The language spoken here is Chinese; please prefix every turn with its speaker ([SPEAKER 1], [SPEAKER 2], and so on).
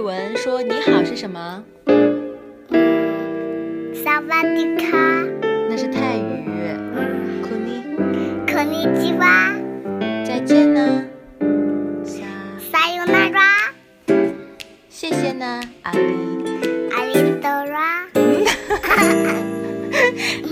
[SPEAKER 1] 文说你好是什么？
[SPEAKER 2] 萨瓦迪卡，
[SPEAKER 1] 那是泰语。库尼，
[SPEAKER 2] 可尼基哇，
[SPEAKER 1] 再见呢。撒，
[SPEAKER 2] 撒尤那拉，
[SPEAKER 1] 谢谢呢，阿狸。
[SPEAKER 2] 阿里多拉。
[SPEAKER 1] 啊